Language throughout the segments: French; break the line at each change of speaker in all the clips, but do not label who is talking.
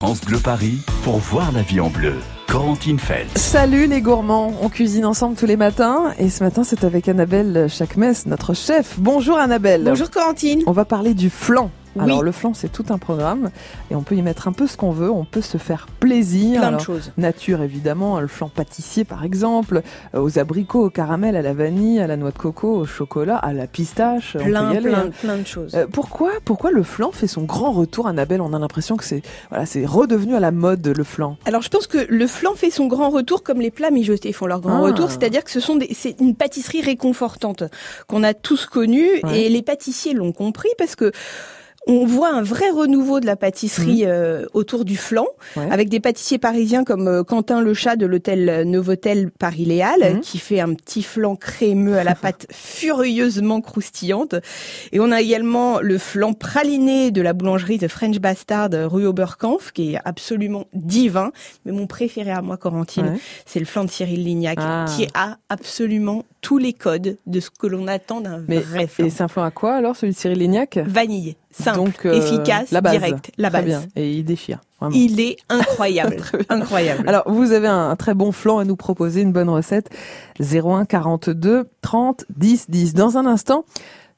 France Bleu Paris pour voir la vie en bleu. Corentine Feld.
Salut les gourmands, on cuisine ensemble tous les matins et ce matin c'est avec Annabelle Chakmes, notre chef. Bonjour Annabelle.
Bonjour Corentine.
On va parler du flan.
Oui.
Alors le flan c'est tout un programme et on peut y mettre un peu ce qu'on veut, on peut se faire plaisir.
Plein de
Alors,
choses.
Nature évidemment, le flan pâtissier par exemple, euh, aux abricots, au caramel, à la vanille, à la noix de coco, au chocolat, à la pistache. on
Plein,
peut y aller,
plein,
hein.
plein de choses.
Euh, pourquoi, pourquoi le flan fait son grand retour, Annabelle On a l'impression que c'est voilà, c'est redevenu à la mode le flan.
Alors je pense que le flan fait son grand retour comme les plats mijotés font leur grand
Ah.
retour, c'est-à-dire que ce sont des, c'est une pâtisserie réconfortante qu'on a tous connue
Ouais.
et les pâtissiers l'ont compris parce que on voit un vrai renouveau de la pâtisserie euh, autour du flan,
Ouais.
avec des pâtissiers parisiens comme euh, Quentin Le Chat de l'hôtel Novotel Paris Léal,
Mhm.
qui fait un petit flan crémeux à la pâte furieusement croustillante. Et on a également le flan praliné de la boulangerie de French Bastard euh, rue Oberkampf, qui est absolument divin. Mais mon préféré à moi, Corentine,
Ouais.
c'est le flan de Cyril Lignac,
Ah.
qui a absolument tous les codes de ce que l'on attend d'un
Mais
vrai flan.
et c'est un flan à quoi alors celui de Cyril Lignac
Vanille, simple,
Donc, euh,
efficace,
la base.
direct, la
Très
base.
bien. Et il déchire. vraiment.
Il est incroyable, incroyable.
Alors, vous avez un, un très bon flan à nous proposer, une bonne recette. 01 42 30 10 10. Dans un instant,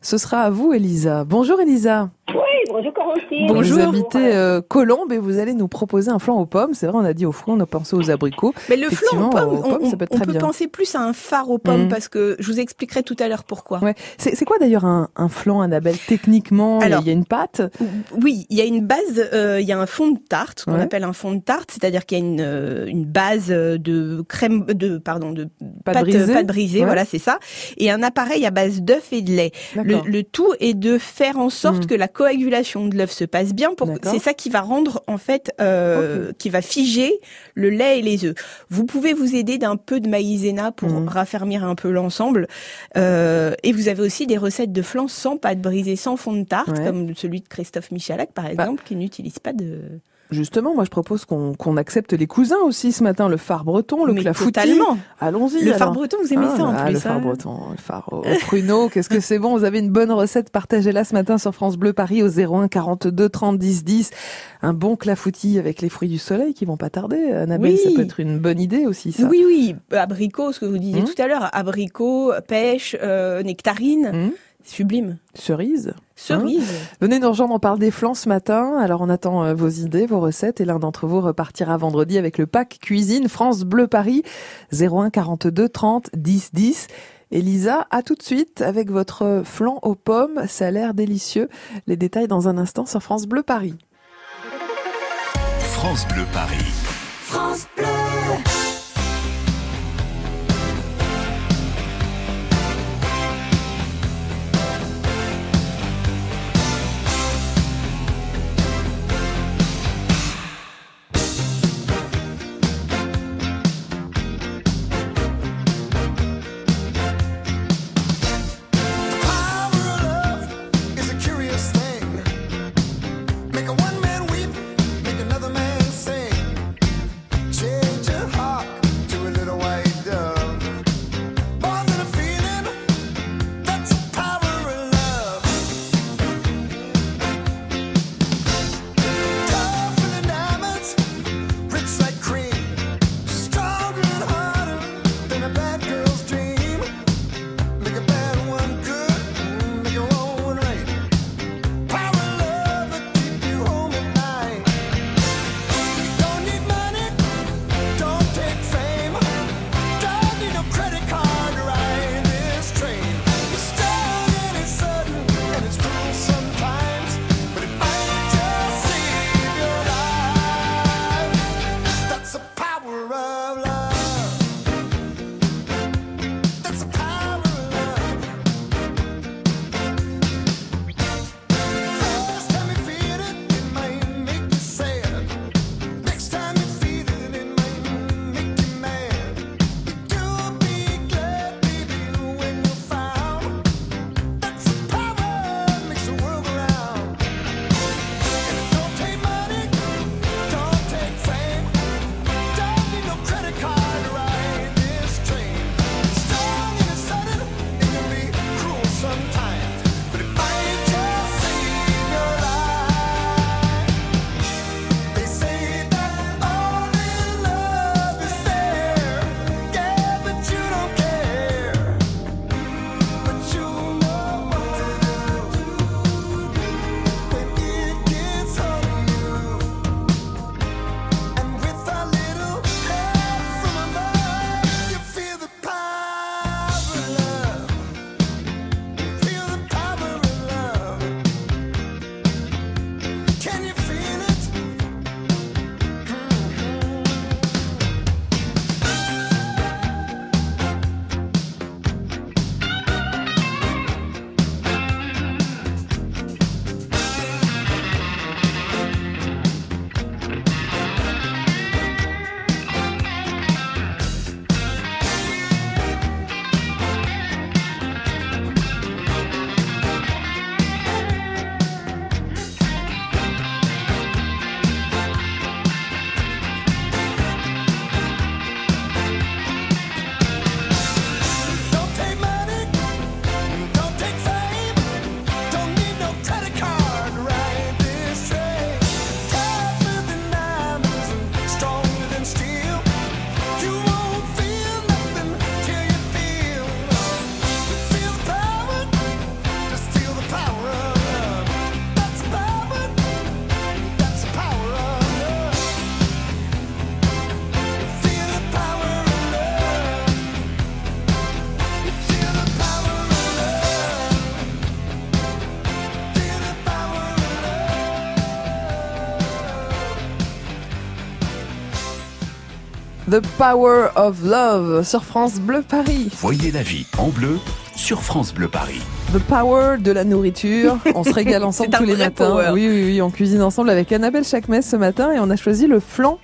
ce sera à vous, Elisa. Bonjour, Elisa.
Oui, bonjour Corentine.
Vous habitez euh, Colombes et vous allez nous proposer un flan aux pommes. C'est vrai, on a dit aux fruits, on a pensé aux abricots.
Mais le flan
Effectivement, euh,
aux pommes,
aux pommes,
on,
ça peut être
on
très
peut
bien.
penser plus à un phare aux pommes
Mhm.
parce que je vous expliquerai tout à l'heure pourquoi.
Ouais. C'est c'est quoi d'ailleurs un, un flan, Annabelle Techniquement, il y a-
Alors,
il y a une pâte.
Oui, il y a une base, euh, il y a un fond de tarte, ce qu'on
Ouais.
appelle un fond de tarte, c'est-à-dire qu'il y a une, euh, une base de crème, de pardon, de
Pâte brisée.
pâte brisée,
Ouais.
voilà, c'est ça, et un appareil à base d'œuf et de lait. Le,
D'accord.
le tout est de faire en sorte
Mhm.
que la coagulation de l'œuf se passe bien. Pour
D'accord.
c'est ça qui va rendre en fait, euh, qui va figer le lait et les œufs. Vous pouvez vous aider d'un peu de maïzena pour
Mhm.
raffermir un peu l'ensemble. Euh, et vous avez aussi des recettes de flan sans pâte brisée, sans fond de tarte,
Ouais. Bah.
comme celui de Christophe Michalak par exemple, qui n'utilise pas de.
Justement, moi je propose qu'on qu'on accepte les cousins aussi ce matin. Le phare breton, le
Mais
clafoutis.
totalement.
Allons-y.
Le
alors.
phare breton, vous aimez
Ah,
ça en
ah,
plus.
Le phare
hein.
breton, le phare au,
Euh,
au pruneau, qu'est-ce que c'est bon. Vous avez une bonne recette, partagez-la ce matin sur France Bleu Paris au 01 42 30 10 10. Un bon clafoutis avec les fruits du soleil qui vont pas tarder. Annabelle,
Oui.
ça peut être une bonne idée aussi, ça.
Oui, oui, abricot, ce que vous disiez
Mhm.
tout à l'heure, abricot, pêche, euh, nectarine,
Mhm.
sublime.
Cerise.
Cerise.
Venez nous rejoindre, on parle des flans ce matin. Alors on attend euh, vos idées, vos recettes et l'un d'entre vous repartira vendredi avec le pack cuisine France Bleu Paris 01 42 30 10 10. Elisa, à tout de suite avec votre flan aux pommes, ça a l'air délicieux. Les détails dans un instant sur France Bleu Paris.
France Bleu Paris.
Make a one man weep, make another man sing. Change your heart,
The Power of Love sur France Bleu Paris.
Voyez la vie en bleu sur France Bleu Paris.
The Power de la nourriture. On se régale ensemble
C'est un
tous les
vrai
matins.
power.
Oui, oui, oui, on cuisine ensemble avec Annabelle Chakmes ce matin et on a choisi le flan.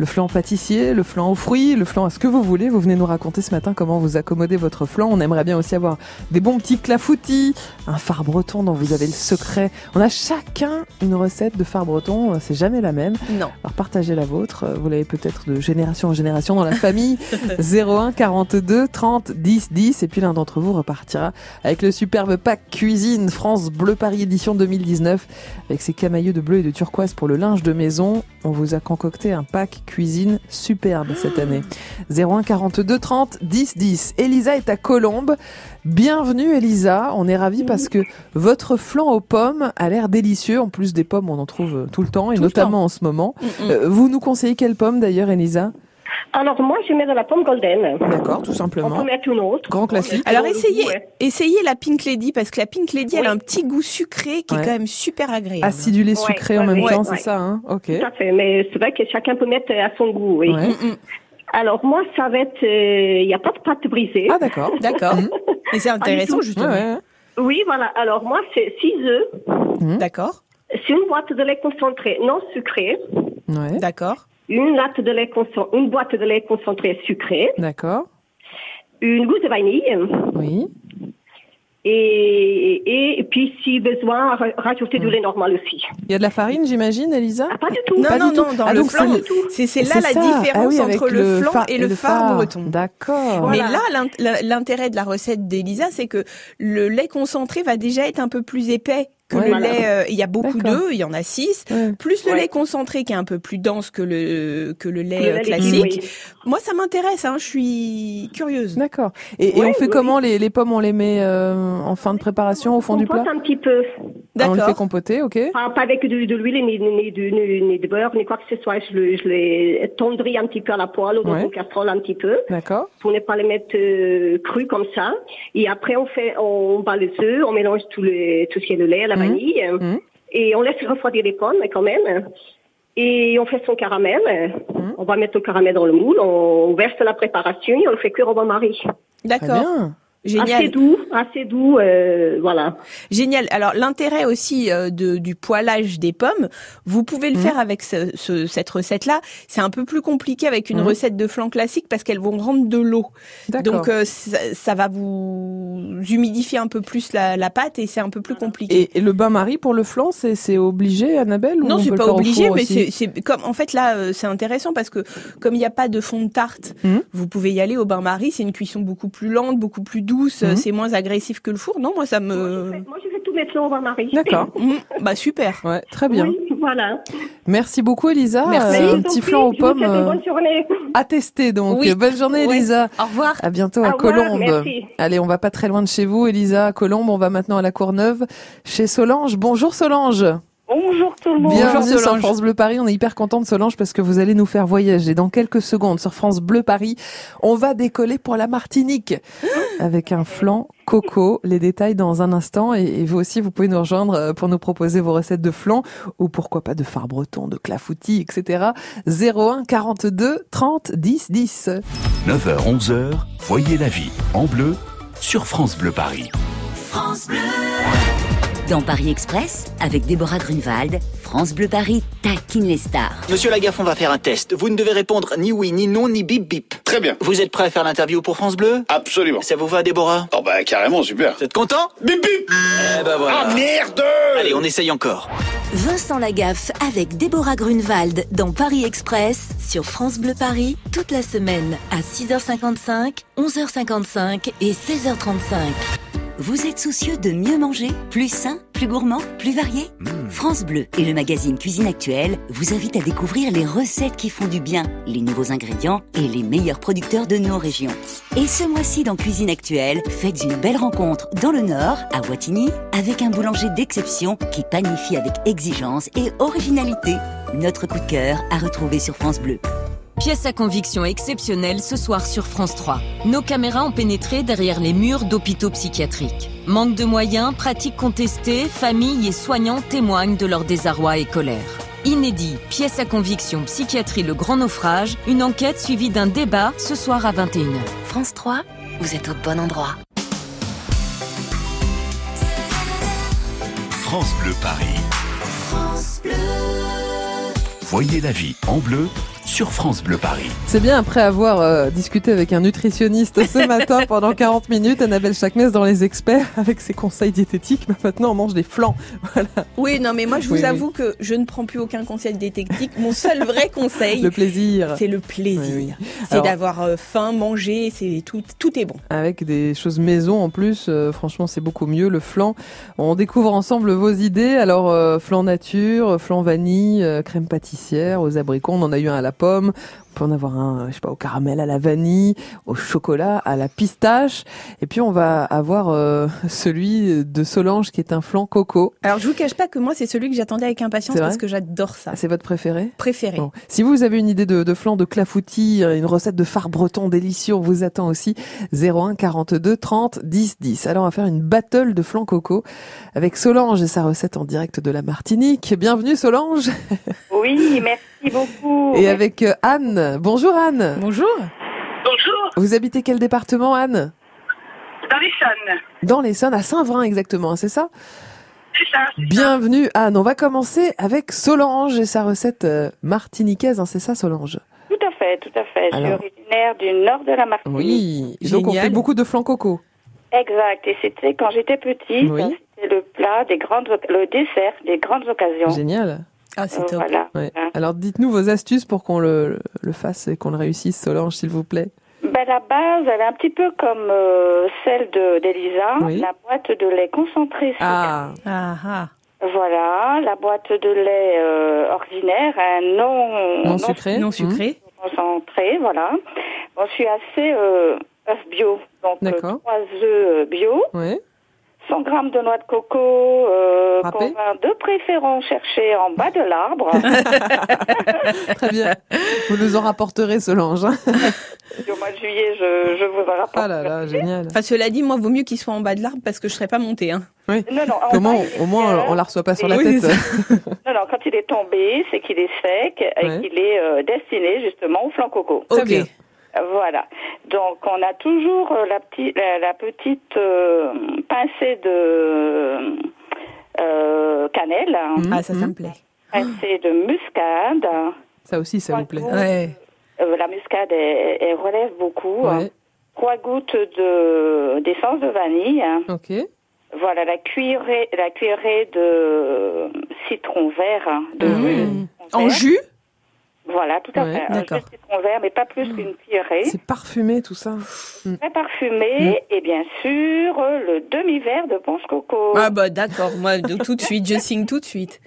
Le flan pâtissier, le flan aux fruits, le flan à ce que vous voulez. Vous venez nous raconter ce matin comment vous accommodez votre flan. On aimerait bien aussi avoir des bons petits clafoutis, un phare breton dont vous avez le secret. On a chacun une recette de phare breton. C'est jamais la même.
Non.
Alors partagez la vôtre, euh, vous l'avez peut-être de génération en génération dans la famille. 01 42 30 10 10 et puis l'un d'entre vous repartira avec le superbe pack cuisine France Bleu Paris édition 2019 avec ses camailleux de bleu et de turquoise pour le linge de maison. On vous a concocté un pack cuisine superbe cette année. 01 42 30 10 10. Elisa est à Colombes. Bienvenue Elisa, on est ravis parce que votre flan aux pommes a l'air délicieux. En plus des pommes, on en trouve euh, tout le temps et
Tout le Mm,
notamment en ce moment. Euh, vous nous conseillez quelle pomme d'ailleurs, Elisa
Alors moi, je mets de la pomme golden.
D'accord, tout
On peut
simplement.
mettre une autre.
Grand classique.
Alors
Bon, le
essayez,
goût, ouais.
essayez la Pink Lady parce que la Pink Lady, elle a
Oui.
un petit goût sucré qui
Ouais.
est quand même super agréable.
Acidulé,
Ouais,
sucré en
ouais,
même
ouais,
temps, c'est
ouais.
ça, hein Ok.
Tout à fait, mais c'est vrai que chacun peut mettre à son goût. Oui.
Ouais.
Mm, mm.
Alors moi, ça va être, euh, il n'y a pas de pâte brisée.
Ah d'accord.
D'accord.
Mhm.
Et c'est intéressant
tout.
Ouais,
justement.
ouais.
Oui, voilà. Alors moi, c'est 6 œufs,
Hmm.
D'accord,
c'est une boîte de lait concentré non sucré,
ouais.
d'accord.
une latte de lait concen- une boîte de lait concentré sucré,
D'accord.
une gousse de vanille
Oui.
et, et, et puis si besoin, ra- rajouter du lait normal aussi.
Mm. Il y a de la farine, j'imagine, Elisa
Ah, pas du tout.
Non,
Pas
non,
du tout.
non, dans
Ah,
le
donc
flan,
c'est-
c'est c'est là la
ça.
différence
Ah oui, avec
entre le flan
phare-
et le phare breton.
D'accord.
Voilà.
Mais là, l'int- la- l'intérêt de la recette d'Elisa, c'est que le lait concentré va déjà être un peu plus épais que
Ouais.
le
Voilà.
lait. euh, Il y a beaucoup
D'accord.
d'œufs, il y en a six.
Ouais.
Plus le
Ouais.
lait concentré qui est un peu plus dense que le que le lait
Le
euh,
lait
classique.
oui.
Moi, ça m'intéresse. Hein, je suis curieuse.
D'accord. Et, et
Oui,
on fait
oui,
comment les, les pommes On les met euh, en fin de préparation au fond
On
du plat
compote un petit peu.
Ah, On les fait
D'accord.
compoter, ok
Pas, pas avec de, de l'huile, ni, ni, du- ni, ni de beurre, ni quoi que ce soit. Je, le- je les tendris un petit peu à la poêle ou dans
Ouais.
une casserole un petit peu
D'accord.
pour ne pas les mettre euh, crus comme ça. Et après, on fait, on bat les œufs, on mélange tout, le, tout ce qui est le lait, la
Mhm.
vanille.
Mhm.
Et on laisse refroidir les pommes quand même. Et on fait son caramel.
Mmh.
On va mettre le caramel dans le moule, on verse la préparation et on le fait cuire au bain-marie.
Très
D'accord.
bien.
Assez
Génial.
doux, assez doux, euh, voilà.
Génial. Alors l'intérêt aussi euh, de, du poilage des pommes, vous pouvez le
Mhm.
faire avec ce- ce- cette recette-là. C'est un peu plus compliqué avec une
Mhm.
recette de flan classique parce qu'elles vont rendre de l'eau.
D'accord.
Donc euh, ça, ça va vous humidifier un peu plus la, la pâte et c'est un peu plus compliqué.
Et, et le bain-marie pour le flan, c'est c'est obligé, Annabelle ou
non,
on
c'est
peut le
pas
faire au
obligé,
four
mais
aussi
c'est c'est comme en fait là, euh, c'est intéressant parce que comme il n'y a pas de fond de tarte,
Mhm.
vous pouvez y aller au bain-marie. C'est une cuisson beaucoup plus lente, beaucoup plus douce. euh,
Mhm.
C'est moins agressif que le four. Non, moi ça
Moi, je
me,
fais- moi, je fais tout mes plans au bain-marie.
D'accord.
Mhm. bah super.
Ouais, très bien.
Oui, voilà.
Merci beaucoup, Elisa.
Merci.
Euh, un
Mais
petit
donc,
flan aux
je vous
pommes
souhaite une
euh,
bonne journée.
à tester. Donc,
Oui.
bonne journée,
Oui.
Elisa.
Au revoir.
À bientôt
Au
à
revoir,
Colombes.
merci.
Allez, on va pas très loin de chez vous, Elisa. À Colombes, on va maintenant à la Courneuve, chez Solange. Bonjour, Solange.
Bonjour tout le monde.
Bienvenue
Bonjour,
sur
Solange.
France Bleu Paris. On est hyper contente Solange parce que vous allez nous faire voyager dans quelques secondes sur France Bleu Paris. On va décoller pour la Martinique avec un flan coco. Les détails dans un instant et, et vous aussi vous pouvez nous rejoindre euh, pour nous proposer vos recettes de flan ou pourquoi pas de phare breton, de clafoutis, etc. 01 42 30 10 10.
9h-11h, voyez la vie en bleu sur France Bleu Paris.
Dans Paris Express, avec Déborah Grunewald, France Bleu Paris taquine les stars.
Monsieur Lagaffe, on va faire un test. Vous ne devez répondre ni oui, ni non, ni bip bip.
Très bien.
Vous êtes prêt à faire l'interview pour France Bleu
Absolument.
Ça vous va, Déborah
Oh bah carrément, super.
Vous êtes content
Bip bip
Eh ben
Ah
voilà.
merde
Allez, on essaye encore.
Vincent Lagaffe avec Déborah Grunewald dans Paris Express sur France Bleu Paris toute la semaine à 6h55, 11h55 et 16h35. Vous êtes soucieux de mieux manger, plus sain, plus gourmand, plus varié France Bleu et le magazine Cuisine Actuelle vous invitent à découvrir les recettes qui font du bien, les nouveaux ingrédients et les meilleurs producteurs de nos régions. Et ce mois-ci dans Cuisine Actuelle, faites une belle rencontre dans le Nord, à Wattignies, avec un boulanger d'exception qui panifie avec exigence et originalité. Notre coup de cœur à retrouver sur France Bleu.
Pièce à conviction exceptionnelle ce soir sur France 3. Nos caméras ont pénétré derrière les murs d'hôpitaux psychiatriques. Manque de moyens, pratiques contestées, familles et soignants témoignent de leur désarroi et colère. Inédit, pièce à conviction psychiatrie Le Grand Naufrage, une enquête suivie d'un débat ce soir à 21h.
France 3, vous êtes au bon endroit.
France Bleu Paris. Voyez la vie en bleu sur France Bleu Paris.
C'est bien après avoir euh, discuté avec un nutritionniste ce matin pendant 40 minutes, Annabelle Chakmes dans Les Experts, avec ses conseils diététiques. Bah, maintenant, on mange des flancs.
Oui, non, mais moi, je vous
Oui, oui.
avoue que je ne prends plus aucun conseil diététique. Mon seul vrai conseil,
Le plaisir.
c'est le plaisir.
Oui, oui.
C'est
Alors-
d'avoir euh, faim, manger, c'est tout, tout est bon.
Avec des choses maison en plus, euh, franchement, c'est beaucoup mieux. Le flan, on découvre ensemble vos idées. Alors, euh, flan nature, flan vanille, euh, crème pâtissière, aux abricots, on en a eu un à la pomme. On peut en avoir un, euh, je sais pas, au caramel, à la vanille, au chocolat, à la pistache. Et puis, on va avoir euh, celui de Solange qui est un flan coco.
Alors, je vous cache pas que moi, c'est celui que j'attendais avec impatience
C'est vrai
parce que j'adore ça.
Ah, C'est votre préféré
Préféré.
Bon. Si vous avez une idée de, de flan de clafoutis, euh, une recette de phare breton délicieux, on vous attend aussi 01 42 30 10 10. Alors on va faire une battle de flan coco avec Solange et sa recette en direct de la Martinique. Bienvenue Solange
Oui, merci beaucoup.
et avec euh, Anne. Bonjour Anne.
Bonjour.
Bonjour,
Vous habitez quel département Anne
dans l'Essonne.
Dans l'Essonne à Saint-Vrain exactement, hein, c'est ça
C'est ça.
Bienvenue Anne. On va commencer avec Solange et sa recette euh, martiniquaise, hein, c'est ça Solange
Tout à fait, tout à fait.
Alors.
Je suis originaire du nord de la Martinique.
Oui. Et Donc on
Génial.
fait beaucoup de flan coco.
Exact. Et c'était quand j'étais petite,
Oui.
c'était le plat des grandes, le dessert des grandes occasions.
Génial.
Ah, c'est
Euh,
top.
voilà.
Ouais.
Hein.
Alors dites-nous vos astuces pour qu'on le, le fasse et qu'on le réussisse, Solange, s'il vous plaît.
Ben, la base, elle est un petit peu comme euh, celle de d'Elisa,
Oui.
la boîte de lait concentré.
Ah,
Ah, ah.
Voilà, la boîte de lait euh, ordinaire, hein, non,
non sucré
Non
Mmh.
sucré.
concentré, voilà. Bon, je suis assez euh, œuf bio, donc euh,
D'accord.
trois œufs euh, bio,
Ouais.
100 grammes de noix de coco euh,
Râpée.
qu'on va de préférence chercher en bas de l'arbre,
Très bien. Vous nous en rapporterez, Solange. hein.
au mois de juillet, je, je vous en rapporte.
Ah là là, génial.
Enfin, cela dit, moi, vaut mieux qu'il soit en bas de l'arbre parce que je serais pas montée. Hein.
Non, non, en
Comment
bas, il est
au moins
bien.
on la reçoit pas sur la
Oui,
tête
c'est
Non, non, quand il est tombé, c'est qu'il est sec et
Ouais.
qu'il est euh, destiné justement au flan coco.
Très
Ok.
bien.
Voilà. Donc on a toujours euh, la, petite la, la petite euh, pincée de euh, cannelle, hein,
Mmh,
Ah, ça, ça
mmh.
me plaît.
pincée de muscade.
Ça aussi, ça vous plaît.
Trois
Ouais.
gouttes- euh, la muscade, elle, elle relève beaucoup. hein.
Ouais.
Trois gouttes de d'essence de vanille. hein.
Ok.
Voilà la cuillerée, la cuillerée de citron vert. hein, de
Mm.
Ah ouais.
de citron
En
vert.
jus
Voilà, tout à
Ouais,
fait. Un
d'accord.
jus de citron vert, mais pas
Mm.
plus qu'une cuillerée.
C'est parfumé tout ça.
Hmm.
Très parfumé
Mm.
et bien sûr euh, le demi-verre de ponche coco.
Ah, bah, d'accord. Moi, de- tout de suite, je signe tout de suite.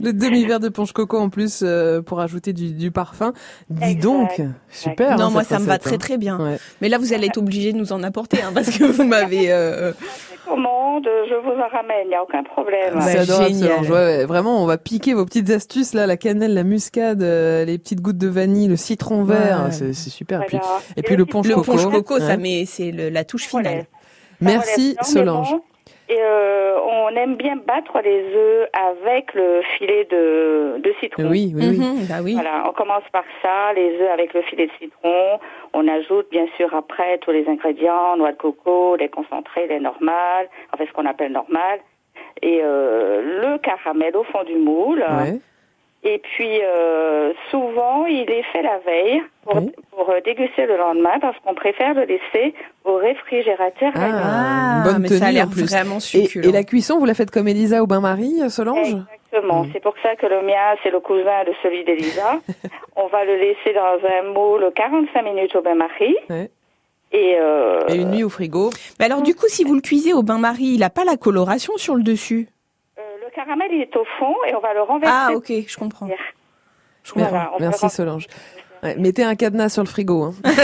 Le demi-verre de ponche coco en plus euh, pour ajouter du, du parfum. Dis
Exact.
donc, super.
non,
hein,
moi, ça
cette
me va
recette,
très,
hein.
très bien.
Ouais.
Mais là, vous allez être obligé de nous en apporter hein, parce que vous m'avez. euh,
commande, je vous en ramène, il n'y a aucun problème.
Ah, bah,
C'est adorable,
génial.
Solange. Ouais, ouais, vraiment, on va piquer vos petites astuces là, la cannelle, la muscade, euh, les petites gouttes de vanille, le citron vert, hein,
Ouais.
c'est c'est super.
Voilà.
Puis- et puis le ponche
Le
citron
Coco.
ponche coco,
Ouais.
ça, mais c'est le- la touche
relève.
finale.
Ça
merci
relève énormément.
Solange.
Et euh, on aime bien battre les œufs avec le filet de, de citron.
Oui, oui, oui.
Mhm, bah oui.
Voilà, on commence par ça, les œufs avec le filet de citron. On ajoute bien sûr après tous les ingrédients, noix de coco, les concentrés, les normales, enfin ce qu'on appelle normal, et euh, le caramel au fond du moule.
Ouais.
Et puis euh, souvent il est fait la veille pour,
Oui.
pour, euh, déguster le lendemain parce qu'on préfère le laisser au réfrigérateur. la nuit.
Ah, bonne
mais ça a
tenue,
l'air
en plus.
vraiment
Et,
succulent.
et la cuisson, vous la faites comme Elisa au bain-marie, euh, Solange
Exactement.
Mm.
C'est pour ça que le mien, c'est le cousin de celui d'Elisa. On va le laisser dans un moule 45 minutes au bain-marie.
Ouais.
Et, euh,
Et une nuit au frigo.
Mais alors, du coup, si vous le cuisez au bain-marie, il n'a pas la coloration sur le dessus.
euh, le caramel, il est au fond et on va le renverser.
Ah, ok, je comprends. Je
Voilà,
comprends.
on peut
Merci
rentrer.
Solange. Ouais, mettez un cadenas sur le frigo. hein.
Il n'y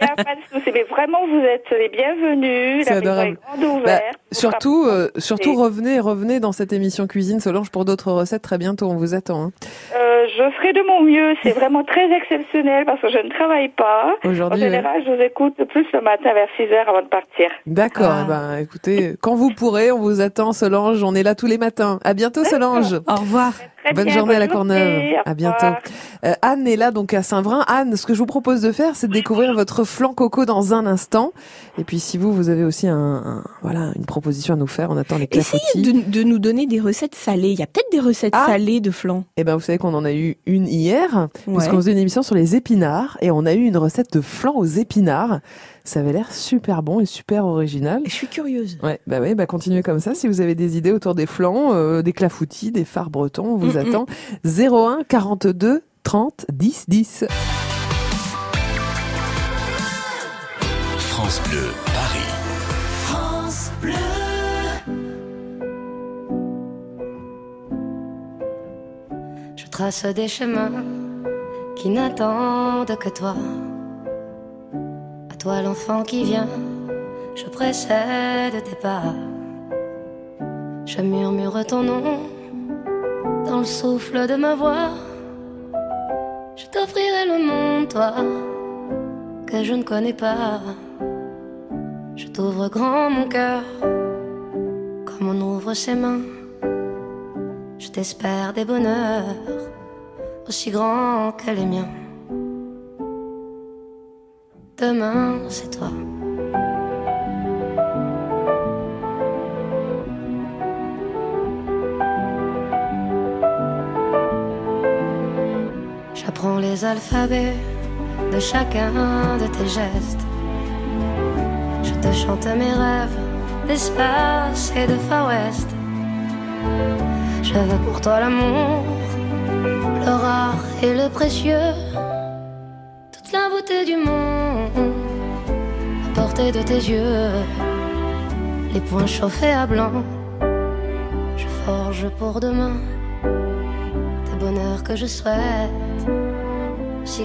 a pas de souci. Mais eh vraiment, vous êtes les bienvenus.
C'est
la maison
adorable. Bah,
est grande ouverte. Vous
surtout,
frappez.
euh, surtout revenez, revenez dans cette émission cuisine Solange pour d'autres recettes très bientôt. On vous attend. hein.
Euh, euh, je ferai de mon mieux. C'est vraiment très exceptionnel parce que je ne travaille pas. En
Aujourd'hui, ouais.
général, je vous écoute plus le matin vers 6 heures avant de partir.
D'accord,
Ah.
ben écoutez, quand vous pourrez, on vous attend Solange, on est là tous les matins. À bientôt Solange.
Au revoir.
Très
Bonne
bien,
journée à la
bonne
Courneuve.
journée, au
À bientôt.
revoir.
Euh, Anne est là donc à Saint-Vrain. Anne, ce que je vous propose de faire, c'est de découvrir votre flan coco dans un instant. Et puis si vous, vous avez aussi un, un- voilà une proposition à nous faire, on attend les clafoutis.
Essayez de, de nous donner des recettes salées. Il y a peut-être des recettes
Ah.
salées de flan.
Eh ben vous savez qu'on en a eu une hier,
Ouais.
puisqu'on faisait une émission sur les épinards et on a eu une recette de flan aux épinards. Ça avait l'air super bon et super original.
Je suis curieuse.
Ouais, bah ouais, bah continuez comme ça. Si vous avez des idées autour des flancs, euh, des clafoutis, des phares bretons, on vous
Mm,
attend. 01 42 30 10 10.
France Bleu, Paris.
Je trace des chemins qui n'attendent que toi. À toi l'enfant qui vient, je précède tes pas. Je murmure ton nom dans le souffle de ma voix. Je t'offrirai le monde, toi, que je ne connais pas. Je t'ouvre grand mon cœur, comme on ouvre ses mains. Je t'espère des bonheurs aussi grands que les miens. Demain, c'est toi. J'apprends les alphabets de chacun de tes gestes. Je te chante mes rêves d'espace et de Far West. Je veux pour toi l'amour, le rare et le précieux, toute la beauté du monde, à portée de tes yeux, les points chauffés à blanc. Je forge pour demain des bonheurs que je souhaite, si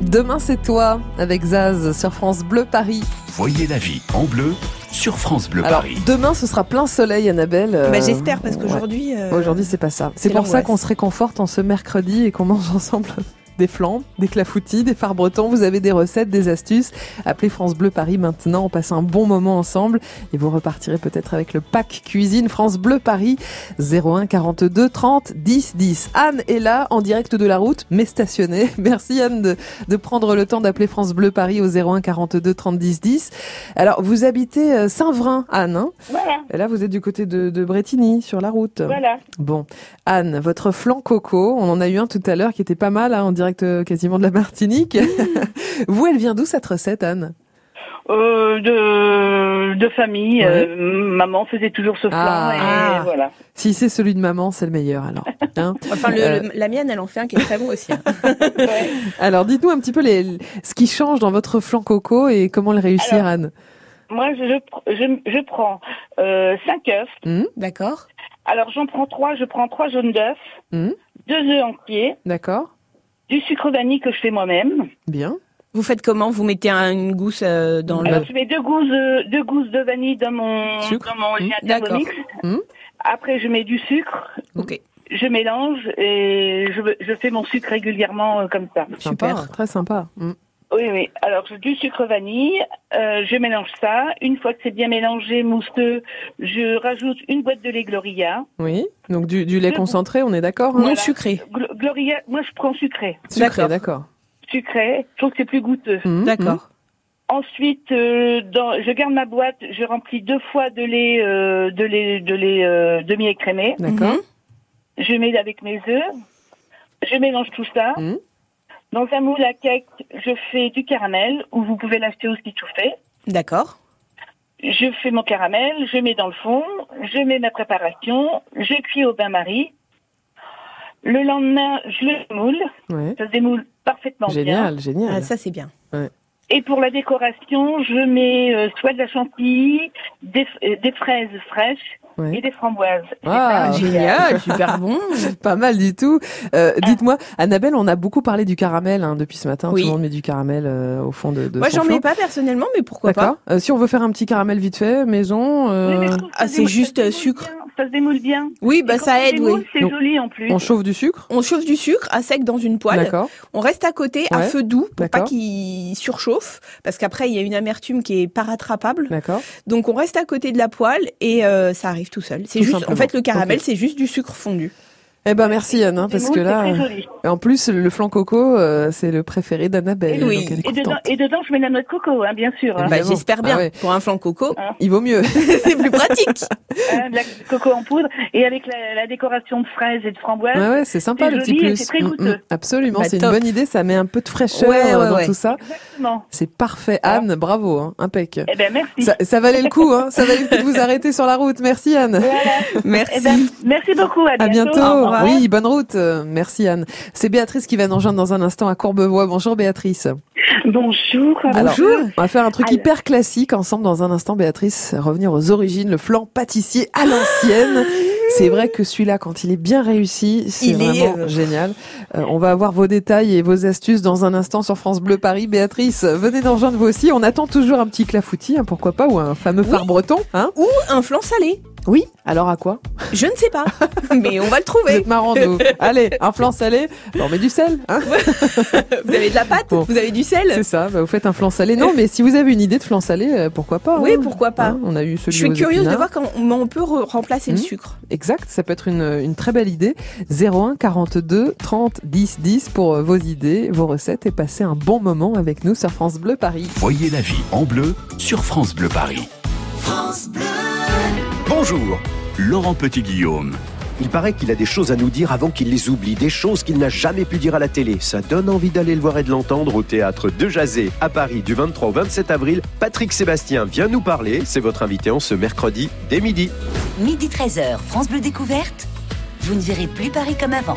Demain c'est toi avec Zaz sur France Bleu Paris.
Voyez la vie en bleu sur France Bleu
Alors
Paris.
demain ce sera plein soleil Annabelle. Euh,
Bah, J'espère parce
ouais.
qu'aujourd'hui. euh,
Aujourd'hui c'est pas ça. C'est
c'est
pour ça
l'angoisse.
qu'on se réconforte en ce mercredi et qu'on mange ensemble des flans, des clafoutis, des phares bretons. Vous avez des recettes, des astuces. Appelez France Bleu Paris maintenant. On passe un bon moment ensemble et vous repartirez peut-être avec le pack cuisine France Bleu Paris 01 42 30 10 10. Anne est là en direct de la route, mais stationnée. Merci Anne de, de prendre le temps d'appeler France Bleu Paris au 01 42 30 10 10. Alors vous habitez euh, Saint-Vrain, Anne. hein
Voilà,
et là vous êtes du côté de, de Bretigny sur la route.
voilà.
Bon, Anne, votre flan coco, on en a eu un tout à l'heure qui était pas mal, hein, en direct euh, quasiment de la Martinique. Vous, elle vient d'où cette recette, Anne
Euh, de, de famille.
Ouais.
euh, maman faisait toujours ce flan
Ah.
et
Ah.
voilà.
Si c'est celui de maman, c'est le meilleur alors. hein.
Enfin, le-
Euh,
le- la mienne, elle en fait un qui est très bon aussi. hein.
alors dites-nous un petit peu les, ce qui change dans votre flan coco et comment le réussir,
Alors,
Anne.
Moi, je, je, je, je prends euh, 5 œufs.
Hmm.
D'accord.
Alors, j'en prends trois. Je prends trois jaunes d'œufs,
Mhm.
deux œufs entiers,
D'accord
du sucre vanille que je fais moi-même.
Bien.
Vous faites comment Vous mettez un- une gousse euh, dans le.
Alors, je mets deux gousses, euh, deux gousses de vanille dans mon,
Sucre.
dans mon
Mhm.
j'ai un
Hmm. D'accord. Hmm.
Thermomix.
Mhm.
Après, je mets du sucre.
Ok.
Je mélange et je, je fais mon sucre régulièrement euh, comme ça.
Super.
Sympa, très sympa. Mm.
Oui, oui. Alors, du sucre vanille, euh, je mélange ça. Une fois que c'est bien mélangé, mousseux, je rajoute une boîte de lait Gloria.
Oui, donc du, du lait concentré, on est d'accord hein
Voilà. Gl- Gloria, moi, je prends sucré.
Sucré, d'accord.
Sucré, je trouve que c'est plus goûteux.
D'accord.
Ensuite, euh, dans- je garde ma boîte, je remplis deux fois de lait, euh, de lait, de lait euh, demi-écrémé.
D'accord.
Je mets avec mes œufs. Je mélange tout ça.
Mmh.
Dans un moule à cake, je fais du caramel, ou vous pouvez l'acheter aussi tout fait.
D'accord.
Je fais mon caramel, je mets dans le fond, je mets ma préparation, je cuis au bain-marie. Le lendemain, je le moule.
Ouais.
Ça se démoule parfaitement bien.
Génial, génial.
Ah, ça, c'est bien.
Ouais.
Et pour la décoration, je mets euh, soit de la chantilly, des, euh, des fraises fraîches
Ouais.
et des framboises.
Ah,
C'est
Eh ben, Génial, super bon. Ah.
Pas mal du tout. Euh, Dites-moi, Annabelle, on a beaucoup parlé du caramel hein, depuis ce matin.
Oui.
Tout le monde met du caramel euh, au fond de, de
Moi,
son
j'en
flan.
mets pas personnellement, mais pourquoi
D'accord.
pas
Euh, si on veut faire un petit caramel vite fait, maison, euh,
Oui, mais je trouve que ça
Ah,
se
c'est
démoule-
juste,
ça se
euh,
démoule
sucre.
bien, Ça se démoule bien.
Oui,
Et
bah
quand
ça
on
aide,
démoule,
oui.
C'est
Donc,
joli en plus.
on chauffe du sucre.
On chauffe du sucre à sec dans une poêle.
D'accord.
On reste à côté à
Ouais,
feu doux pour pas
d'accord.
qu'il surchauffe parce qu'après il y a une amertume qui est pas rattrapable.
D'accord.
Donc on reste à côté de la poêle et euh, ça arrive tout seul. C'est
Tout
juste en
simplement.
fait le caramel
Ok.
c'est juste du sucre fondu.
Eh ben merci Anne, hein, parce
Démoule,
que
c'est
là,
très joli.
euh, en plus le flan coco, euh, c'est le préféré d'Annabelle.
Et oui.
Euh, donc elle est
Eh Et dedans,
contente.
et dedans, je mets la noix de Ah. coco, hein, bien sûr. hein.
Bah,
Évidemment.
j'espère bien
Ah ouais.
pour un flan coco,
Il vaut mieux.
c'est plus pratique.
Hein, de la coco en poudre. Et avec la, la décoration de fraises et de framboises.
Ouais, ouais, c'est sympa
C'est
le petit
joli et
plus.
c'est très
Mm, mm,
goûteux.
absolument,
Bah,
c'est une
top.
bonne idée. Ça met un peu de fraîcheur
Ouais,
euh,
ouais,
dans
ouais.
tout ça.
Exactement.
C'est parfait, Anne. Bravo, hein, impec.
Eh ben, merci.
Ça, ça valait le coup, hein. Ça valait le coup de vous arrêter sur la route. Merci Anne.
Voilà.
Merci.
Eh ben, merci beaucoup. À
À
bientôt.
bientôt.
Au revoir.
oui, bonne route. Euh, Merci Anne. C'est Béatrice qui va nous rejoindre dans un instant à Courbevoie. Bonjour Béatrice.
Bonjour.
Alors, on va faire un truc
Alors.
hyper classique ensemble dans un instant Béatrice, revenir aux origines, le flan pâtissier à l'ancienne. C'est vrai que celui-là, quand il est bien réussi, c'est
Il est,
vraiment
euh,
génial. Euh, on va avoir vos détails et vos astuces dans un instant sur France Bleu Paris. Béatrice, venez nous rejoindre vous aussi. On attend toujours un petit clafoutis, hein, pourquoi pas, ou un fameux phare breton. Hein
Ou un flan salé,
oui, alors à quoi
je ne sais pas, mais on va le
Vous
trouver.
êtes marrant, nous. Allez, un flan salé, on met du sel. Hein
Vous avez de la pâte,
Bon.
vous avez du sel.
C'est ça, bah, vous faites un flan salé. Non, mais si vous avez une idée de flan salé, euh, pourquoi pas
Oui,
hein.
pourquoi pas.
Hein, on a eu
Je
celui
suis
aux
curieuse de
épinards.
voir comment on peut re- remplacer le
Hmm.
sucre.
Exact, ça peut être une, une très belle idée. 01 42 30 10 10 pour euh, vos idées, vos recettes et passez un bon moment avec nous sur France Bleu Paris.
Voyez la vie en bleu sur France Bleu Paris.
Bonjour
Laurent Petit-Guillaume,
Il paraît qu'il a des choses à nous dire avant qu'il les oublie, des choses qu'il n'a jamais pu dire à la télé. Ça donne envie d'aller le voir et de l'entendre au théâtre de Jazé à Paris du 23 au 27 avril. Patrick Sébastien vient nous parler, c'est votre invité en ce mercredi dès midi.
Midi 13h, France Bleu Découverte. Vous ne verrez plus Paris comme avant.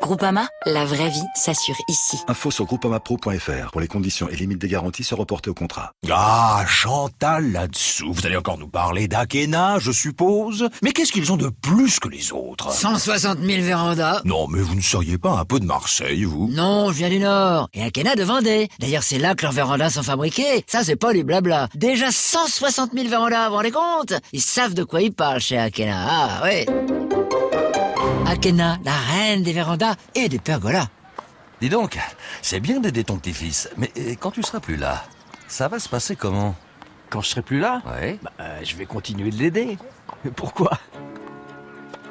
Groupama, la vraie vie s'assure ici.
Info sur groupamapro.fr pour les conditions et limites des garanties se reporter au contrat. Ah, Chantal là-dessous, vous allez encore nous parler d'Akena, je suppose Mais qu'est-ce qu'ils ont de plus que les autres
160 000 vérandas.
Non, mais vous ne seriez pas un peu de Marseille, vous
Non, je viens du Nord. Et Akena de Vendée. D'ailleurs, c'est là que leurs vérandas sont fabriquées. Ça, c'est pas du blabla. Déjà 160 000 vérandas, vous vous rendez compte Ils savent de quoi ils parlent chez Akena. Ah, oui. Akena, la reine des vérandas et des pergolas.
Dis donc, c'est bien d'aider ton petit-fils, mais euh, quand tu seras plus là, ça va se passer comment Quand je serai plus là Ouais. je vais continuer de l'aider. Pourquoi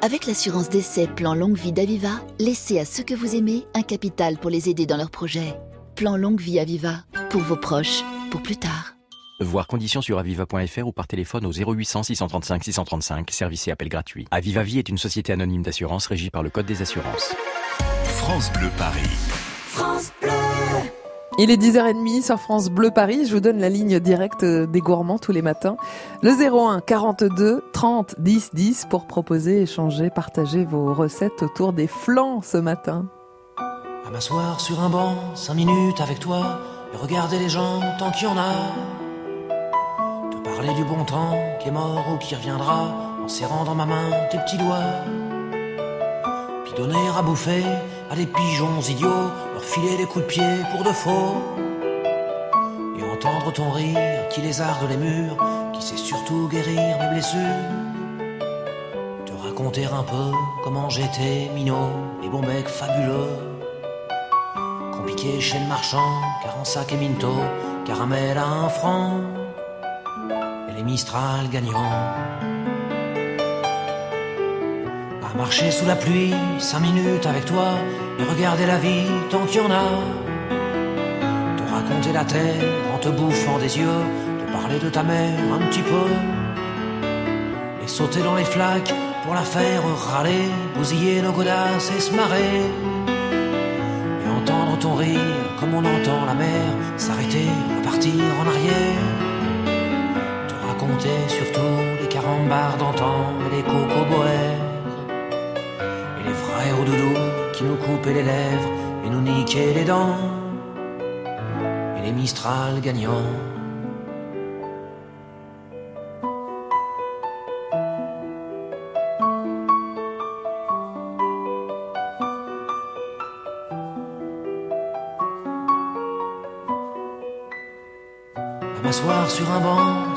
Avec l'assurance d'essai Plan Longue Vie d'Aviva, laissez à ceux que vous aimez un capital pour les aider dans leur projet. Plan Longue Vie Aviva, pour vos proches, pour plus tard.
Voir conditions sur aviva.fr ou par téléphone au 0800 635 635, service et appel gratuit. Aviva Vie est une société anonyme d'assurance régie par le Code des assurances.
France Bleu Paris.
Il est 10h30 sur France Bleu Paris. Je vous donne la ligne directe euh, des gourmands tous les matins. Le 01 42 30 10 10 pour proposer, échanger, partager vos recettes autour des flans ce matin.
À m'asseoir sur un banc, cinq minutes avec toi, et regarder les gens tant qu'il y en a. parler du bon temps qui est mort ou qui reviendra en serrant dans ma main tes petits doigts. Puis donner à bouffer à des pigeons idiots, leur filer des coups de pied pour de faux. Et entendre ton rire qui les arde les murs, qui sait surtout guérir mes blessures. Te raconter un peu comment j'étais minot et bon mec fabuleux. Compliqué chez le marchand, car en sac et minto, caramel à un franc. Et les Mistral gagnants. À marcher sous la pluie, cinq minutes avec toi, et regarder la vie tant qu'il y en a. Te raconter la terre en te bouffant des yeux, te parler de ta mère un petit peu. Et sauter dans les flaques pour la faire râler, bousiller nos godasses et se marrer. Et entendre ton rire comme on entend la mer s'arrêter, repartir en arrière. Te raconter surtout les carambars d'antan et les cocoboères. Et les vrais au doudou qui nous coupaient les lèvres et nous niquaient les dents. Et les Mistral gagnants. à m'asseoir sur un banc,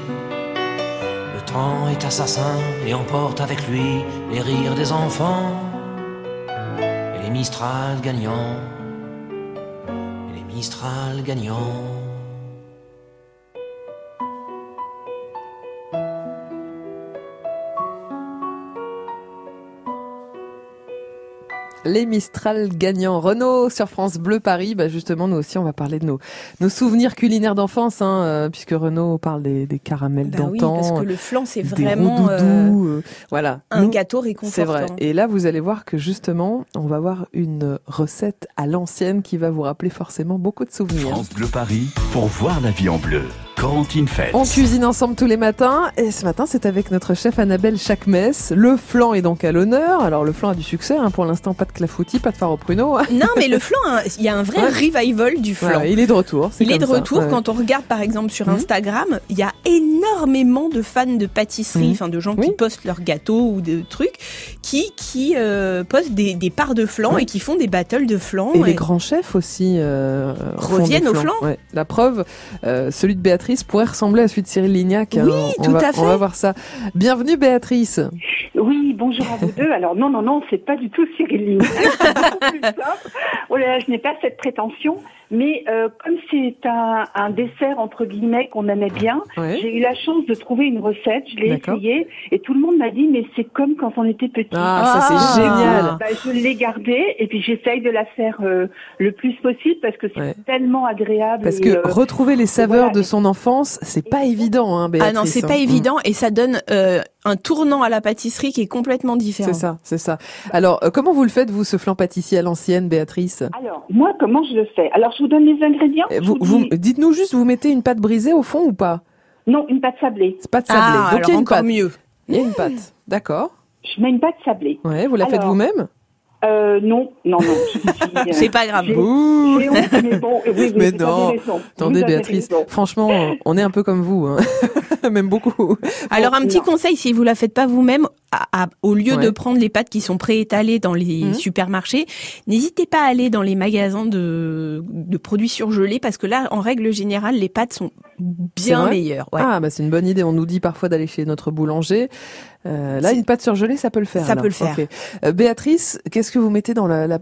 Le temps est assassin et emporte avec lui les rires des enfants et les Mistral gagnants. Et les Mistral gagnants.
Les Mistral gagnants. Renault sur France Bleu Paris, bah justement, nous aussi, on va parler de nos, nos souvenirs culinaires d'enfance, hein, euh, puisque Renaud parle des, des caramels
Bah oui,
d'antan.
parce que le flan, c'est
des
vraiment,
roudoudous, euh, voilà.
un
Nous,
gâteau
C'est vrai.
réconfortant.
Et là, vous allez voir que justement, on va voir une recette à l'ancienne qui va vous rappeler forcément beaucoup de souvenirs.
France Bleu Paris pour voir la vie en bleu. Quarantine fête.
On cuisine ensemble tous les matins et ce matin c'est avec notre chef Annabelle Chakmes. Le flan est donc à l'honneur. Alors le flan a du succès, hein. pour l'instant pas de clafoutis, pas de faro pruneau.
Non, mais le flan, hein, il y a un vrai
Ouais.
revival du flan.
il est de retour. c'est
Il est de
comme ça.
retour
Ouais. Mhm.
quand on regarde par exemple sur Instagram, il y a énormément de fans de pâtisserie,
Mhm.
enfin de gens qui postent leurs gâteaux ou de trucs, qui qui euh, postent des, des parts de flan
Ouais.
et qui font des battles de flan.
Et
et-
les grands chefs aussi euh, font
Reviennent
des
au
flans.
flanc.
Ouais. La preuve, euh, celui de Béatrice pourrait ressembler à celui de Cyril Lignac. euh,
Oui,
on
tout
va,
à fait.
On va voir ça. Bienvenue Béatrice.
Oui, bonjour à vous deux. Alors non, non, non, c'est pas du tout Cyril Lignac. C'est beaucoup plus simple. Oh là là, je n'ai pas cette prétention. Mais euh, comme c'est un, un dessert entre guillemets qu'on aimait bien,
Ouais.
j'ai eu la chance de trouver une recette. Je l'ai
D'accord.
essayée et tout le monde m'a dit mais c'est comme quand on était petit.
Ah, ça, c'est Ah. génial.
Bah, je l'ai gardée et puis j'essaye de la faire euh, le plus possible parce que c'est tellement agréable.
Parce
et,
que
euh,
retrouver les saveurs de son enfance, c'est pas évident, hein, Béatrice.
Ah non, c'est
hein.
pas
Mm.
évident et ça donne euh, un tournant à la pâtisserie qui est complètement différent.
C'est ça, c'est ça. Alors, euh, comment vous le faites, vous, ce flan pâtissier à l'ancienne, Béatrice Eh,
Alors, moi, comment je le fais Alors, je vous donne les ingrédients.
Vous, vous- Dites-nous juste, vous mettez une pâte brisée au fond ou pas
Non, une pâte sablée.
C'est pâte sablée.
Ah,
Donc, il y a
alors
une
encore
pâte.
mieux.
Il y a une pâte, d'accord.
Je mets une pâte sablée.
Ouais, vous la faites
Alors,
vous-même
euh, Non, non, non. je suis, euh,
C'est pas grave.
j'ai-
Ouh.
j'ai honte, mais bon, oui, oui,
Mais
vous
non,
avez raison.
attendez
Vous avez
Béatrice,
raison.
franchement, on est un peu comme vous, hein. même beaucoup.
Alors un petit conseil, si vous la faites pas vous-même, à- à- au lieu de
Ouais.
prendre les pâtes qui sont préétalées dans les
Mhm.
supermarchés, n'hésitez pas à aller dans les magasins de, de produits surgelés parce que là, en règle générale, les pâtes sont
C'est
bien
vrai
meilleures. ouais.
Ah, bah c'est une bonne idée. On nous dit parfois d'aller chez notre boulanger. Euh, là, une pâte surgelée, ça peut le faire.
Ça
alors.
peut le faire.
Ok. Euh, Béatrice, qu'est-ce que vous mettez dans la, la-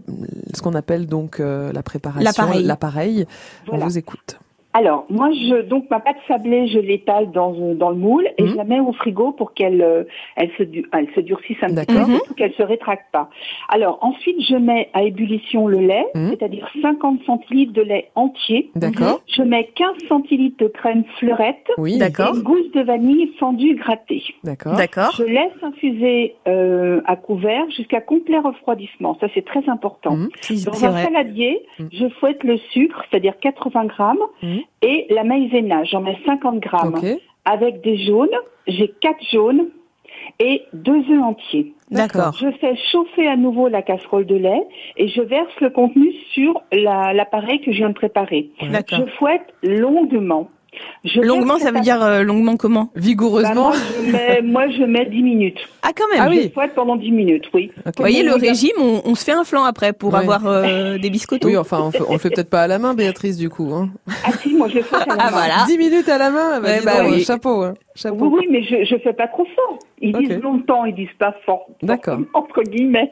ce qu'on appelle donc euh, la préparation
L'appareil.
L'appareil. On
Voilà.
vous écoute.
Alors, moi, je, donc ma pâte sablée, je l'étale dans, euh, dans le moule
Mhm.
et je la mets au frigo pour qu'elle euh, elle se, du- elle se durcisse un petit peu,
D'accord. Mhm.
surtout qu'elle se rétracte pas. Alors, ensuite, je mets à ébullition le lait, c'est-à-dire 50 centilitres de lait entier.
Mhm.
Mhm.
D'accord.
Je mets 15 centilitres de crème fleurette
Oui.
et
D'accord.
une gousse de vanille fendue grattée.
D'accord.
Je laisse infuser euh, à couvert jusqu'à complet refroidissement. Ça, c'est très important.
Mmh,
Dans
c'est
un
vrai.
saladier, je fouette le sucre, c'est-à-dire 80 grammes,
Mmh.
et la maïzena, j'en mets 50 grammes. Avec des jaunes, j'ai quatre jaunes et deux œufs entiers.
D'accord.
Je fais chauffer à nouveau la casserole de lait et je verse le contenu sur la- l'appareil que je viens de préparer.
D'accord.
Je fouette longuement. Je
Longuement,
laisse
ça veut dire euh, longuement comment
bah, moi, je mets, moi, je mets 10 minutes.
Ah, quand même. Ah oui.
Je fouette pendant 10 minutes, oui.
Vous voyez, le régime, on, on se fait un flan après pour
Ouais.
avoir euh, des biscottos.
Oui, enfin, on, fait- on le fait peut-être pas à la main, Béatrice, du coup. Hein.
Ah si, moi, je le fais à la
Ah,
main.
voilà. 10 minutes à la main, ah bah,
Ouais,
dis
bah
donc,
oui.
chapeau. hein.
Oui, oui, mais je, je fais pas trop fort. Ils disent longtemps, ils disent pas fort. D'accord. Entre guillemets.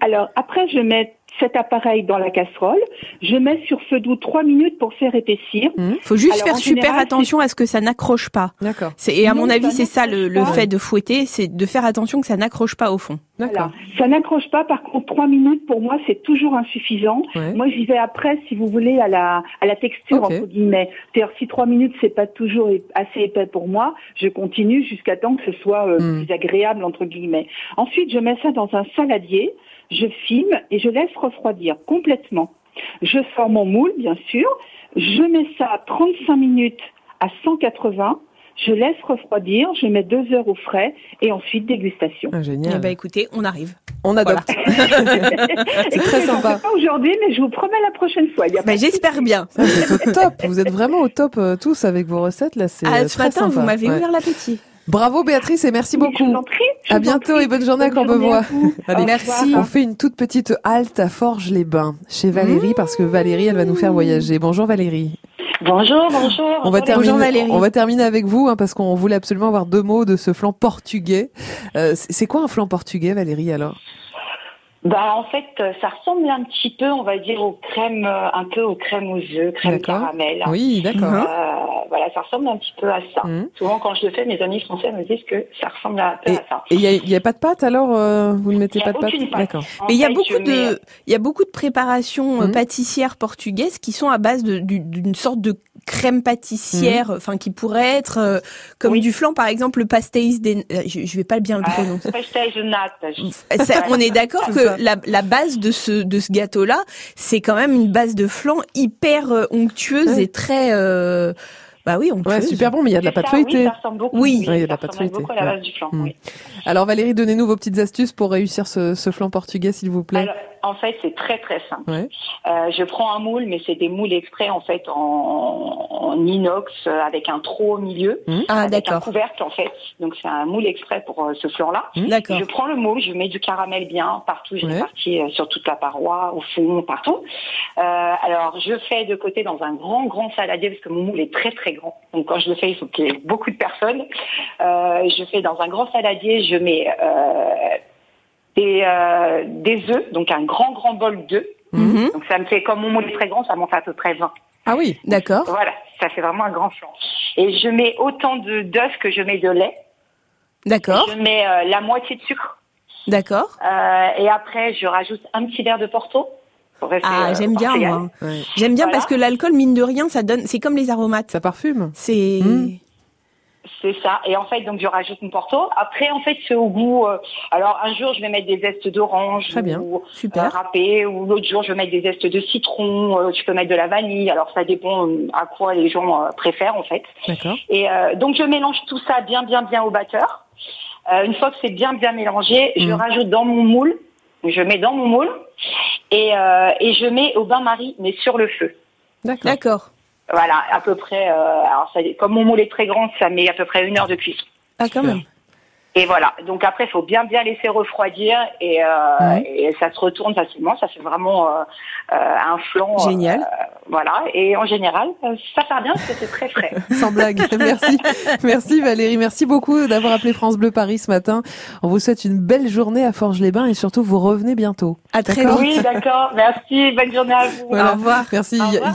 Alors, après, je mets cet appareil dans la casserole. Je mets sur feu doux 3 minutes pour faire épaissir. Il
Hum, Faut juste faire super attention à ce que ça n'accroche pas.
D'accord.
Et à
Non,
mon
ça
avis, c'est ça le, le
n'accroche pas.
fait de fouetter, c'est de faire attention que ça n'accroche pas au fond.
Voilà. Ça n'accroche pas. Par contre, trois minutes, pour moi, c'est toujours insuffisant. Moi, j'y vais après, si vous voulez, à la, à la texture, entre guillemets. C'est-à-dire, si trois minutes, c'est pas toujours é- assez épais pour moi, je continue jusqu'à temps que ce soit euh, plus agréable, entre guillemets. Ensuite, je mets ça dans un saladier, je filme et je laisse refroidir complètement. Je sors mon moule, bien sûr. Je mets ça à 35 minutes à 180. Je laisse refroidir, je mets deux heures au frais et ensuite dégustation.
génial.
Eh ben, écoutez, on arrive.
On adopte.
C'est
très sympa.
pas aujourd'hui, mais je vous promets la prochaine fois. Il y a pas de
J'espère bien.
Ah, Vous êtes au top, vous êtes vraiment au top euh, tous avec vos recettes là. C'est
Ah,
euh,
ce
très
matin,
sympa.
vous m'avez
Ouais.
ouvert l'appétit.
Bravo Béatrice et merci beaucoup.
vous
à
en
bientôt
prie.
et bonne journée à
Bonne
Courbevoie.
journée à vous.
Allez,
Au revoir.
On fait une toute petite halte à Forges-les-Bains chez Valérie parce que Valérie, elle va nous faire voyager. Bonjour Valérie.
Bonjour, bonjour.
On va
Bonjour,
terminer.
Valérie.
On va terminer avec vous hein, parce qu'on voulait absolument avoir deux mots de ce flan portugais. Euh, c'est c'est quoi un flan portugais Valérie alors
Bah, en fait, euh, ça ressemble un petit peu, on va dire, aux crèmes, euh, un peu aux crèmes aux œufs, crème caramel.
Oui, d'accord. Mm.
Euh, voilà, ça ressemble un petit peu à ça. Souvent, quand je le fais, mes amis français me disent que ça ressemble un peu
Et
à ça.
il n'y a, y a pas de pâte alors euh, Vous ne mettez
Y a
pas de
aucune pâte.
D'accord. Mhm.
Mais il y a
fait,
beaucoup
je mets,
de, il y a beaucoup de préparations euh, pâtissières portugaises qui sont à base de- du- d'une sorte de crème pâtissière,
Mhm.
enfin qui pourrait être euh, comme du flan par exemple le pastéis des, euh, je, je vais pas bien le prononcer.
Pastéis de natte.
Ça, on est d'accord
Ah, C'est ça.
que la, la base de ce de ce gâteau là, c'est quand même une base de flan hyper euh, onctueuse
Ouais.
et très, euh, bah oui, onctueuse.
Ouais, super bon, mais il y a de la pâte feuilletée.
Oui,
Ouais, il y a de la pâte feuilletée. Ouais. Mm. Alors Valérie, donnez-nous vos petites astuces pour réussir ce, ce flan portugais, s'il vous plaît.
Alors, en fait, c'est très très simple.
Ouais.
Euh, je prends un moule, mais c'est des moules exprès en fait en, en inox euh, avec un trou au milieu,
Ah,
avec un
d'accord.
couvercle en fait. Donc c'est un moule exprès pour euh, ce flan-là.
Mhm. D'accord.
Je prends le moule, je mets du caramel bien partout, je répartis euh, sur toute la paroi, au fond, partout. Euh, alors je fais de côté dans un grand grand saladier parce que mon moule est très très grand. Donc quand je le fais, il faut qu'il y ait beaucoup de personnes. Euh, je fais dans un grand saladier, je mets euh, des, euh, des œufs, donc un grand, grand bol d'œufs. Donc ça me fait, comme mon moule est très grand, ça monte à peu près 20.
Mhm. Ah oui, d'accord.
Voilà, ça fait vraiment un grand flan. Et je mets autant de d'œufs que je mets de lait.
D'accord.
Je mets euh, la moitié de sucre.
D'accord.
Euh, et après, je rajoute un petit verre de Porto. pour rester,
Ah,
euh,
j'aime bien,
portugais.
moi. J'aime bien
Voilà.
parce que l'alcool, mine de rien, ça donne. C'est comme les aromates. Ça
parfume.
C'est.
C'est ça. Et en fait, donc je rajoute mon porto. Après, en fait, c'est au goût. euh, alors un jour, je vais mettre des zestes d'orange
Très bien.
ou
Super.
euh, râpés, ou l'autre jour, je vais mettre des zestes de citron. euh, tu peux mettre de la vanille. Alors ça dépend euh, à quoi les gens euh, préfèrent en fait.
D'accord.
Et euh, donc je mélange tout ça bien, bien, bien au batteur. Euh, une fois que c'est bien, bien mélangé, je
Mhm.
rajoute dans mon moule. Je mets dans mon moule et, euh, et je mets au bain-marie, mais sur le feu.
D'accord.
Voilà, à peu près. euh, alors ça, comme mon moule est très grand, ça met à peu près une heure de cuisson.
Ah, quand même.
Et voilà. Donc après, il faut bien bien laisser refroidir et, euh,
Ouais.
et ça se retourne facilement. Ça fait vraiment euh, euh, un flan. euh,
Génial.
voilà. Et en général, euh, ça part bien parce que c'est très frais.
Sans blague. Merci. Merci Valérie. Merci beaucoup d'avoir appelé France Bleu Paris ce matin. On vous souhaite une belle journée à Forges-les-Bains et surtout vous revenez bientôt.
Oui, d'accord. Merci. Bonne journée à vous.
Voilà. Merci. Il y a-